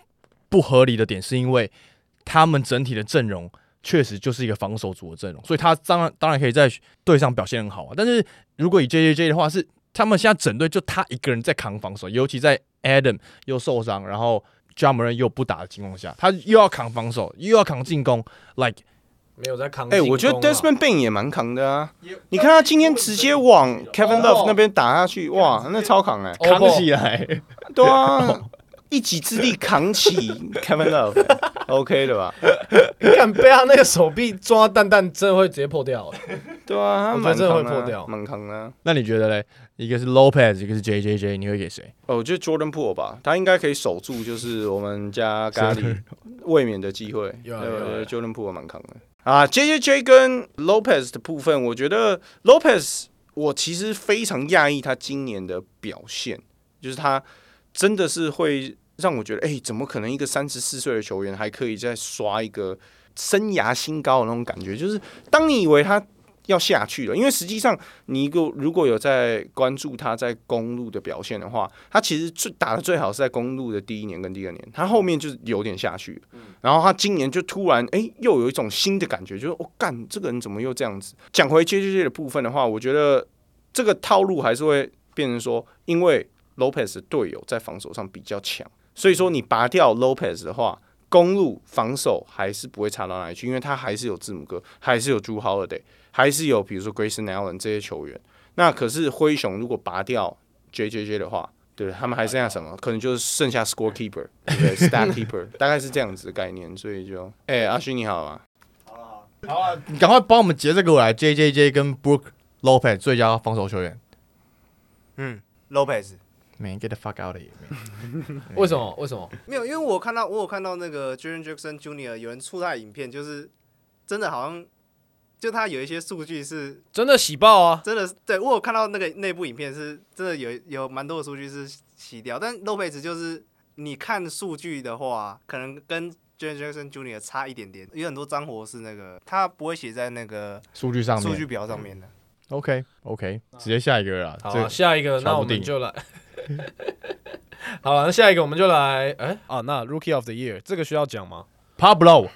[SPEAKER 1] 不合理的点是因为他们整体的阵容确实就是一个防守组的阵容，所以他当然当然可以在队上表现很好啊。但是如果以 J J J 的话，是他们现在整队就他一个人在扛防守，尤其在 Adam 又受伤，然后 j a m a r 又不打的情况下，他又要扛防守，又要扛进攻，like
[SPEAKER 2] 没有在扛进
[SPEAKER 3] 哎，
[SPEAKER 2] 攻啊。
[SPEAKER 3] 我觉得 Desmond Bain 也蛮扛的啊，你看他今天直接往 Kevin
[SPEAKER 2] 哦
[SPEAKER 3] Love 那边打下去，哇，那超扛哎，
[SPEAKER 2] (laughs) 哦不
[SPEAKER 1] 扛起来。 (laughs)
[SPEAKER 3] 对啊，一己之力扛起 Kevin Love，OK 的吧？
[SPEAKER 2] 敢被他那个手臂抓蛋蛋，真的会直接破掉。欸
[SPEAKER 3] 对啊，他
[SPEAKER 2] 我觉得
[SPEAKER 3] 蛮
[SPEAKER 2] 这
[SPEAKER 3] 扛
[SPEAKER 2] 会
[SPEAKER 3] 的
[SPEAKER 2] 破
[SPEAKER 3] 啊
[SPEAKER 2] 掉
[SPEAKER 3] 蛮扛的啊。
[SPEAKER 1] 那你觉得嘞？一个是 Lopez，一个是 J J J，你会给谁？
[SPEAKER 3] 哦，我觉得 Jordan Poole 吧，他应该可以守住，就是我们家咖喱卫冕的机会。
[SPEAKER 2] 有啊
[SPEAKER 3] 对我
[SPEAKER 2] 有啊
[SPEAKER 3] 觉
[SPEAKER 2] 有啊
[SPEAKER 3] 得 Jordan Poole 蛮扛的啊。J J J 跟 Lopez 的部分，我觉得 Lopez 我其实非常讶异他今年的表现，就是他真的是会让我觉得，哎、怎么可能一个三十四岁的球员还可以再刷一个生涯新高的那种感觉？就是当你以为他要下去了，因为实际上你一个如果有在关注他在公路的表现的话，他其实最打的最好是在公路的第一年跟第二年，他后面就是有点下去，然后他今年就突然哎、又有一种新的感觉，就是我、哦干这个人怎么又这样子？讲回 J J J 的部分的话，我觉得这个套路还是会变成说，因为 Lopez 的队友在防守上比较强，所以说你拔掉 Lopez 的话。公路防守还是不会差到哪里去，因为他还是有字母哥，还是有朱 Holiday，还是有比如说 Grayson Allen 这些球员。那可是灰熊如果拔掉 J J J 的话，对他们还剩下什么？可能就是剩下 score
[SPEAKER 1] (laughs)
[SPEAKER 3] keeper，对不对 stat keeper，大概是这样子的概念。所以就，哎、阿勋你好啊，
[SPEAKER 1] 你赶快帮我们截这个过来，J J J 跟 Brook Lopez 最佳防守球员。
[SPEAKER 4] 嗯，Lopez。
[SPEAKER 1] Man, get the fuck out of here！man
[SPEAKER 2] 为什么？为什么？
[SPEAKER 4] 没有，因为我看到我有看到那个 Jaren Jackson Jr. 有人出他的影片，就是真的好像就他有一些数据是
[SPEAKER 2] 真的喜爆啊！
[SPEAKER 4] 真的是对我有看到那个内部影片是真的有有蛮多的数据是洗掉，但 Lopez 就是你看数据的话，可能跟 Jaren Jackson Jr. 差一点点，有很多脏活是那个他不会写在那个
[SPEAKER 1] 数据上
[SPEAKER 4] 数据
[SPEAKER 1] 面
[SPEAKER 4] 表上面的。
[SPEAKER 1] ，OK OK，直接下一个了啦。
[SPEAKER 2] 好
[SPEAKER 1] 这
[SPEAKER 2] 啊，下一个，
[SPEAKER 1] 瞧不定
[SPEAKER 2] 那我们就来。 (laughs) 好了，那下一个我们就来，哎、啊，那 Rookie of the Year 这个需要讲吗
[SPEAKER 1] Pablo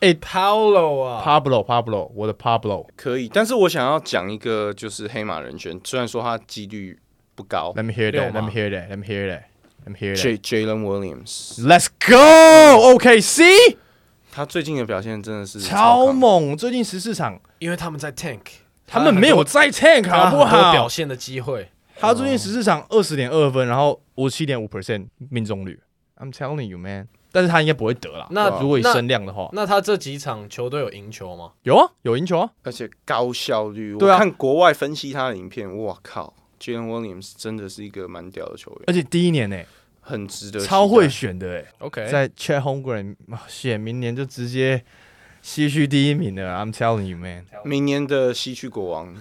[SPEAKER 2] 哎？Paolo 啊，
[SPEAKER 1] Pablo Pablo，我的 Pablo，Let
[SPEAKER 3] 可以。但是我想要讲一个就是黑马人选，虽然说他几率不高
[SPEAKER 1] me hear
[SPEAKER 2] 六
[SPEAKER 1] that，Let
[SPEAKER 2] 嘛
[SPEAKER 1] me hear that，Let me hear that，Let me hear that。
[SPEAKER 3] ，J Jalen Williams，
[SPEAKER 1] Let's go，OKC，
[SPEAKER 3] 他最近的表现真的是
[SPEAKER 1] 超
[SPEAKER 3] 扛，
[SPEAKER 1] 猛！最近十四场，
[SPEAKER 2] 因为他们在 Tank，
[SPEAKER 1] 他们没有在 tank 好
[SPEAKER 2] 他很
[SPEAKER 1] 不
[SPEAKER 2] 多表
[SPEAKER 1] 好？
[SPEAKER 2] 现的机会。
[SPEAKER 1] 他最近十四场二十点二分，然后五七点五 percent 命中率。I'm telling you, man。但是他应该不会得啦。
[SPEAKER 2] 那
[SPEAKER 1] 如果以
[SPEAKER 2] 那
[SPEAKER 1] 声量的话，
[SPEAKER 2] 那他这几场球队有赢球吗？
[SPEAKER 1] 有啊，有赢球啊。
[SPEAKER 3] 而且高效率。
[SPEAKER 1] 对啊
[SPEAKER 3] 我看国外分析他的影片，哇靠，Jalen Williams 真的是一个蛮屌的球员。
[SPEAKER 1] 而且第一年呢、欸
[SPEAKER 3] 很值得期待，
[SPEAKER 1] 超会选的哎、
[SPEAKER 2] OK，
[SPEAKER 1] 在 Chat Holmgren 选明年就直接西区第一名了，I'm telling you man，
[SPEAKER 3] 明年的西区国王。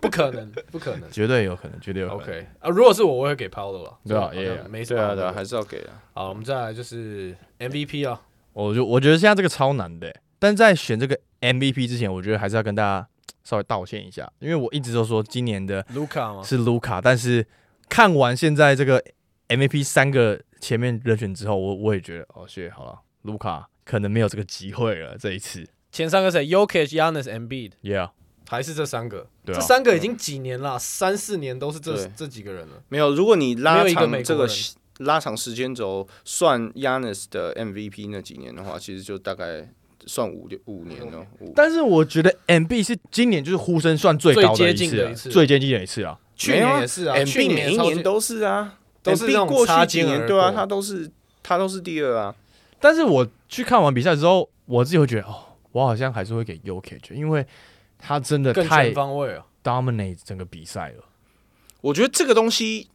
[SPEAKER 2] 不可能，不可能。
[SPEAKER 1] 绝对有可能，绝对有可能。
[SPEAKER 2] OK 啊，如果是我，我会给 Paolo 了。
[SPEAKER 1] 对啊
[SPEAKER 2] 好像
[SPEAKER 1] yeah，yeah
[SPEAKER 2] (laughs) 没什
[SPEAKER 3] 对
[SPEAKER 2] 么
[SPEAKER 3] 啊，
[SPEAKER 2] 好
[SPEAKER 3] 对啊，
[SPEAKER 2] 的。
[SPEAKER 3] 还是要给啊。
[SPEAKER 2] 好，我们再来就是 MVP 啊，
[SPEAKER 1] 我就我觉得现在这个超难的欸，但在选这个 MVP 之前，我觉得还是要跟大家稍微道歉一下，因为我一直都说今年的
[SPEAKER 2] 卢卡吗？
[SPEAKER 1] 是卢卡，但是看完现在这个 MVP 三个前面人选之后，我我也觉得哦，谢好了，卢卡可能没有这个机会了，这一次
[SPEAKER 2] 前三个谁？Yokich、Yanis、Embiid，
[SPEAKER 1] ，Yeah，
[SPEAKER 2] 还是这三个？
[SPEAKER 1] 对啊
[SPEAKER 2] 这三个已经几年了，三四年都是这
[SPEAKER 3] 对
[SPEAKER 2] 这几个人了。
[SPEAKER 3] 没有，如果你
[SPEAKER 2] 没
[SPEAKER 3] 拉
[SPEAKER 2] 有一个
[SPEAKER 3] 长
[SPEAKER 2] 美国
[SPEAKER 3] 这个
[SPEAKER 2] 人
[SPEAKER 3] 时拉长时间轴，算 Yanis 的 MVP 那几年的话，其实就大概算五六五年了。五
[SPEAKER 1] 但是我觉得 MB 是今年就是呼声算最高
[SPEAKER 2] 最
[SPEAKER 1] 的
[SPEAKER 2] 接近
[SPEAKER 1] 次
[SPEAKER 2] 的一
[SPEAKER 1] 啊，
[SPEAKER 2] 次
[SPEAKER 1] 最接近的一次啊，
[SPEAKER 2] 去
[SPEAKER 3] 没有
[SPEAKER 2] 年
[SPEAKER 3] 啊
[SPEAKER 2] 也是啊，
[SPEAKER 3] M
[SPEAKER 2] 去
[SPEAKER 3] B 每一
[SPEAKER 2] 超
[SPEAKER 3] 年
[SPEAKER 2] 级
[SPEAKER 3] 都是啊，
[SPEAKER 2] 都是
[SPEAKER 3] MB
[SPEAKER 2] 那种
[SPEAKER 3] 过
[SPEAKER 2] 擦
[SPEAKER 3] 去几
[SPEAKER 2] 肩
[SPEAKER 3] 年
[SPEAKER 2] 而
[SPEAKER 3] 对啊，
[SPEAKER 2] 过
[SPEAKER 3] 他都是他都是第二啊。
[SPEAKER 1] 但是我去看完比赛之后，我自己会觉得哦，我好像还是会给 UK，因为他真的
[SPEAKER 2] 更
[SPEAKER 1] 太
[SPEAKER 2] 全方位啊。
[SPEAKER 1] dominate 整个比赛了。
[SPEAKER 3] 我觉得这个东西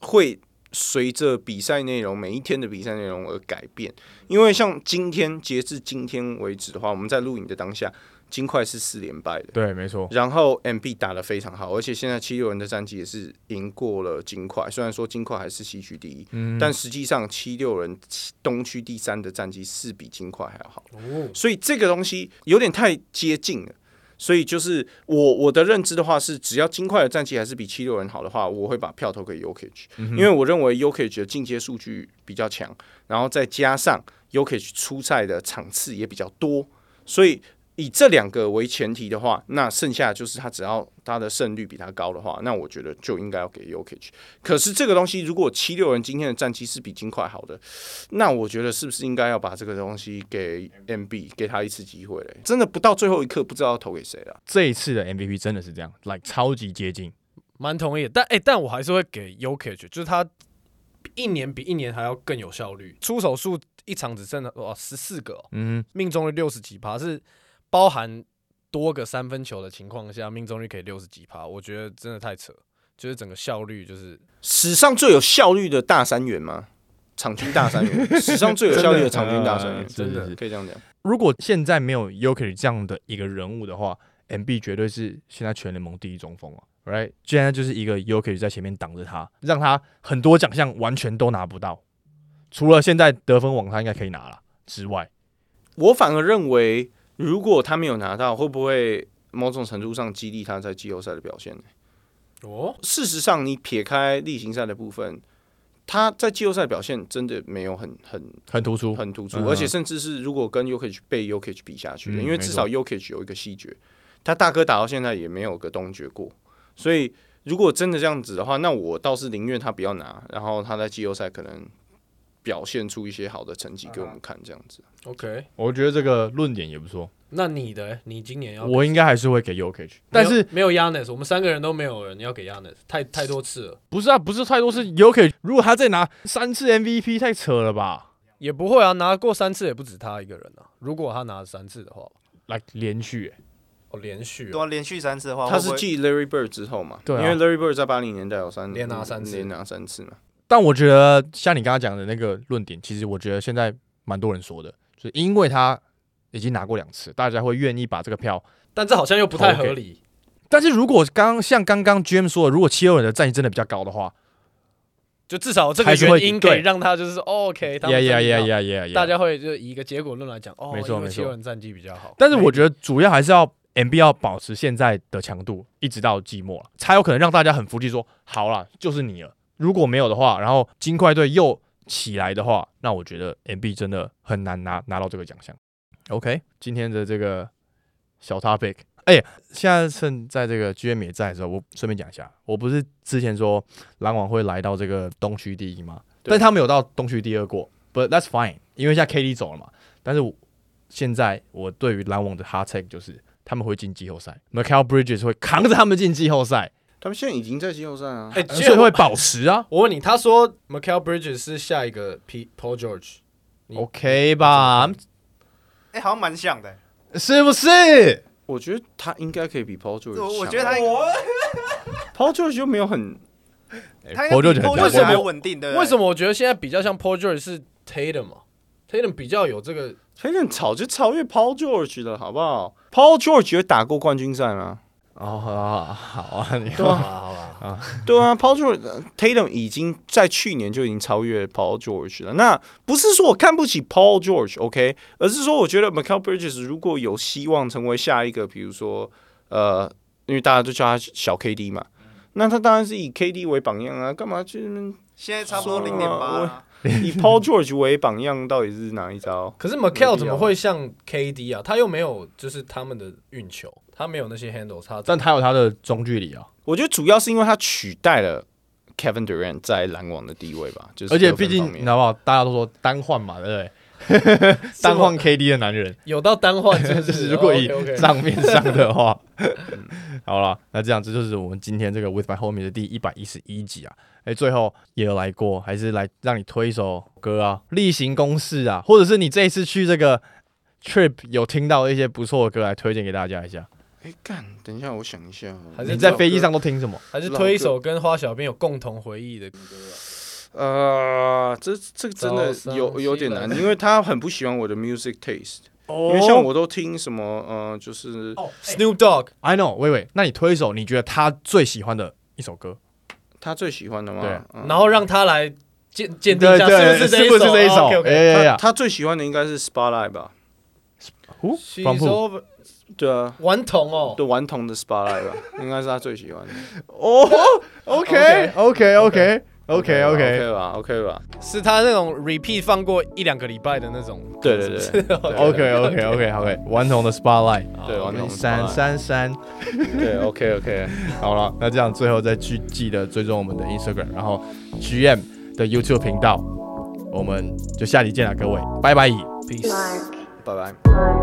[SPEAKER 3] 会随着比赛内容每一天的比赛内容而改变，因为像今天截至今天为止的话，我们在录影的当下，金块是四连败的。
[SPEAKER 1] 对，没错，
[SPEAKER 3] 然后 M B 打得非常好，而且现在七六人的战绩也是赢过了金块。虽然说金块还是西区第一，
[SPEAKER 1] 嗯，
[SPEAKER 3] 但实际上七六人东区第三的战绩是比金块还要好。
[SPEAKER 2] 哦，
[SPEAKER 3] 所以这个东西有点太接近了。所以就是我我的认知的话是，只要金块的战绩还是比七六人好的话，我会把票投给 Yokich，、因为我认为 Yokich 的进阶数据比较强，然后再加上 Yokich 出赛的场次也比较多，所以以这两个为前提的话，那剩下就是他只要他的胜率比他高的话，那我觉得就应该要给 Yokich。可是这个东西，如果七六人今天的战绩是比金块好的，那我觉得是不是应该要把这个东西给 MB 给他一次机会嘞？真的不到最后一刻不知道要投给谁了。
[SPEAKER 1] 这一次的 MVP 真的是这样，like 超级接近。
[SPEAKER 2] 蛮同意的。但哎、但我还是会给 Yokich，就是他一年比一年还要更有效率，出手数一场只剩了哇十四个、哦，
[SPEAKER 1] 嗯，
[SPEAKER 2] 命中率六十几趴，是包含多个三分球的情况下，命中率可以六十几趴，我觉得真的太扯。就是整个效率，就是
[SPEAKER 3] 史上最有效率的大三元吗？场均大
[SPEAKER 1] (laughs)
[SPEAKER 3] 三元，史上最有效率的场均大三元，
[SPEAKER 1] 真的是是是
[SPEAKER 3] 可以这样讲。
[SPEAKER 1] 如果现在没有 Yoker 这样的一个人物的话，MB 绝对是现在全联盟第一中锋啊，right？现在就是一个 Yoker 在前面挡着他，让他很多奖项完全都拿不到，除了现在得分王他应该可以拿了之外，
[SPEAKER 3] 我反而认为，如果他没有拿到，会不会某种程度上激励他在季后赛的表现呢？
[SPEAKER 2] 哦，
[SPEAKER 3] 事实上，你撇开例行赛的部分，他在季后赛的表现真的没有很很
[SPEAKER 1] 很突出。
[SPEAKER 3] 很突出，
[SPEAKER 1] 嗯
[SPEAKER 3] 而且甚至是如果跟 Yokich 被 Yokich 比下去的，
[SPEAKER 1] 嗯
[SPEAKER 3] 因为至少 Yokich 有一个细决，他大哥打到现在也没有个东决过，所以如果真的这样子的话，那我倒是宁愿他不要拿，然后他在季后赛可能表现出一些好的成绩给我们看，这样子。
[SPEAKER 2] OK，
[SPEAKER 1] 我觉得这个论点也不错，
[SPEAKER 2] 那你的欸你今年要
[SPEAKER 1] 我应该还是会给 Yoker，但是
[SPEAKER 2] 没有 Yanis，我们三个人都没有人要给 Yanis，太太多次了，
[SPEAKER 1] 不是啊，不是太多是 Yoker，如果他再拿三次 MVP，太扯了吧
[SPEAKER 2] 也不会啊，拿过三次也不止他一个人啊。如果他拿了三次的话，
[SPEAKER 1] ？like 连续、欸，
[SPEAKER 2] 哦，连续
[SPEAKER 4] 对
[SPEAKER 2] 哦、
[SPEAKER 4] 啊，连续三次的话，
[SPEAKER 3] 他
[SPEAKER 4] 会
[SPEAKER 3] 是
[SPEAKER 4] 不会
[SPEAKER 3] 继 Larry Bird 之后嘛，
[SPEAKER 1] 对啊
[SPEAKER 3] 因为 Larry Bird 在八零年代有三
[SPEAKER 2] 连拿三次
[SPEAKER 3] 连拿三次嘛。
[SPEAKER 1] 但我觉得像你刚刚讲的那个论点，其实我觉得现在蛮多人说的，就是因为他已经拿过两次，大家会愿意把这个票。
[SPEAKER 2] 但这好像又不太
[SPEAKER 1] 投给
[SPEAKER 2] 合理。
[SPEAKER 1] 但是如果刚像刚刚 GM 说的，如果七六人的战绩真的比较高的话，
[SPEAKER 2] 就至少这个
[SPEAKER 1] 还是会
[SPEAKER 2] 原因
[SPEAKER 1] 对
[SPEAKER 2] 可以让他就是、哦 OK，他
[SPEAKER 1] 呀
[SPEAKER 2] 们
[SPEAKER 1] 呀
[SPEAKER 2] 真的
[SPEAKER 1] 呀
[SPEAKER 2] 要
[SPEAKER 1] 呀呀呀，
[SPEAKER 2] 大家会就以一个结果论来讲，哦，
[SPEAKER 1] 没错
[SPEAKER 2] 因为
[SPEAKER 1] 没错
[SPEAKER 2] 七六人战绩比较好。
[SPEAKER 1] 但是我觉得主要还是要 MB 要保持现在的强度，一直到季末了，啊才有可能让大家很服气说，好啦，就是你了。如果没有的话，然后金块队又起来的话，那我觉得 MB 真的很难拿拿到这个奖项。OK，今天的这个小 topic，哎、现在趁在这个 GM 也在的时候，我顺便讲一下，我不是之前说篮网会来到这个东区第一吗？
[SPEAKER 3] 对
[SPEAKER 1] 但他们有到东区第二过，But that's fine，因为现在 KD 走了嘛。但是我现在我对于篮网的 hard take 就是他们会进季后赛 m i c a e l Bridges 会扛着他们进季后赛，
[SPEAKER 3] 他们现在已经在季后赛啊，
[SPEAKER 2] 哎，其
[SPEAKER 1] 呃所
[SPEAKER 2] 实
[SPEAKER 1] 以
[SPEAKER 2] 我
[SPEAKER 1] 会保持啊
[SPEAKER 2] 我问你，他说 m i c a e l Bridges 是下一个 P Paul George，你
[SPEAKER 1] ，OK 吧？
[SPEAKER 4] 哎、好像蛮像的、
[SPEAKER 1] 是不是？
[SPEAKER 3] 我觉得他应该可以比 Paul George
[SPEAKER 4] 我我
[SPEAKER 3] 强
[SPEAKER 4] 觉得他
[SPEAKER 3] Paul George 就没有很
[SPEAKER 4] 他
[SPEAKER 1] Paul George
[SPEAKER 4] 应该比
[SPEAKER 1] 很
[SPEAKER 4] Paul
[SPEAKER 1] 强
[SPEAKER 2] 为
[SPEAKER 4] George 还
[SPEAKER 2] 什么
[SPEAKER 4] 稳定，对不对？
[SPEAKER 2] 为什么我觉得现在比较像 Paul George 是 Tatum 啊？Tatum 比较有这个
[SPEAKER 3] 所以很早就超越 Paul George 了，好不好？Paul George 有打过冠军赛吗？
[SPEAKER 1] 哦，好好好啊，你
[SPEAKER 3] 对啊，
[SPEAKER 2] 好吧？
[SPEAKER 3] 对啊，Paul George，Tatum 已经在去年就已经超越 Paul George 了。那不是说我看不起 Paul George，OK，、而是说我觉得 m i c a e l Bridges 如果有希望成为下一个，比如说呃，因为大家都叫他小 KD 嘛，那他当然是以 KD 为榜样啊，干嘛去那边
[SPEAKER 4] 现在差不多
[SPEAKER 3] 说了
[SPEAKER 4] 零点八，
[SPEAKER 3] 以 Paul George 为榜样，到底是哪一招？
[SPEAKER 2] 可是 m i c a e
[SPEAKER 3] 没必
[SPEAKER 2] l
[SPEAKER 3] 要
[SPEAKER 2] 怎么会像 KD 啊？他又没有就是他们的运球，他没有那些 handle，他
[SPEAKER 1] 但他有他的中距离啊，
[SPEAKER 3] 我觉得主要是因为他取代了 Kevin Durant 在篮网的地位吧，就是
[SPEAKER 1] 而且
[SPEAKER 3] 得分
[SPEAKER 1] 毕竟
[SPEAKER 3] 方
[SPEAKER 1] 你
[SPEAKER 3] 面
[SPEAKER 1] 知道不好，大家都说单换嘛，对不对？单换 KD 的男人，
[SPEAKER 2] 有到单换，就
[SPEAKER 1] 就是 (laughs) 是如果以
[SPEAKER 2] OK，
[SPEAKER 1] 账面上的话，好了，那这样这就是我们今天这个 With My Homie 的第一百一十一集啊。哎、最后也来过，还是来让你推一首歌啊，例行公事啊，或者是你这一次去这个 trip 有听到一些不错的歌，来推荐给大家一下。
[SPEAKER 3] 哎干，等一下我想一下哦，
[SPEAKER 2] 还是
[SPEAKER 1] 你在飞机上都听什么？
[SPEAKER 2] 还是推一首跟花小编有共同回忆的歌啊。
[SPEAKER 3] 呃，这这个真
[SPEAKER 2] 早
[SPEAKER 3] 的
[SPEAKER 2] 上
[SPEAKER 3] 有有点
[SPEAKER 2] 起来
[SPEAKER 3] 难，因为他很不喜欢我的 music taste，因
[SPEAKER 1] 哦
[SPEAKER 3] 为像我都听什么呃，就是
[SPEAKER 1] 哦
[SPEAKER 2] Snoop Dogg，
[SPEAKER 1] ，I know，喂喂，那你推一首你觉得他最喜欢的一首歌？
[SPEAKER 3] 他最喜欢的嘛
[SPEAKER 1] 对，
[SPEAKER 3] 嗯
[SPEAKER 2] 然后让他来鉴鉴定一
[SPEAKER 1] 对
[SPEAKER 2] 哦下
[SPEAKER 1] 对，
[SPEAKER 2] 是
[SPEAKER 1] 是不
[SPEAKER 2] 不
[SPEAKER 1] 是
[SPEAKER 2] 是
[SPEAKER 1] 这一首？哎
[SPEAKER 2] ？OK，
[SPEAKER 1] 呀
[SPEAKER 3] 他
[SPEAKER 1] 呀
[SPEAKER 3] 他最喜欢的应该是 Spotlight 吧，
[SPEAKER 1] ，Who from
[SPEAKER 2] She's
[SPEAKER 1] who？
[SPEAKER 2] over
[SPEAKER 3] 对啊，
[SPEAKER 2] 顽童哦，
[SPEAKER 3] 对顽童的 Spotlight 吧， (laughs) 应该是他最喜欢的
[SPEAKER 1] 哦，OK OK OK OK OK
[SPEAKER 3] OK 吧，OK 吧，
[SPEAKER 2] 是他那种 repeat 放过一两个礼拜的那种。
[SPEAKER 3] 对
[SPEAKER 2] (laughs)
[SPEAKER 3] 对对对
[SPEAKER 1] OK OK
[SPEAKER 3] (laughs)
[SPEAKER 1] OK OK，顽童的 Spotlight，
[SPEAKER 3] 对顽童的
[SPEAKER 1] 三
[SPEAKER 3] Spotlight
[SPEAKER 1] 三三。
[SPEAKER 3] 对 OK OK，
[SPEAKER 1] 好了，那这样最后再去记得追踪我们的 Instagram，然后 GM 的 YouTube 频道，我们就下集见了，各位，拜拜。
[SPEAKER 2] Peace
[SPEAKER 5] Mark,
[SPEAKER 3] 拜拜。
[SPEAKER 5] Mark.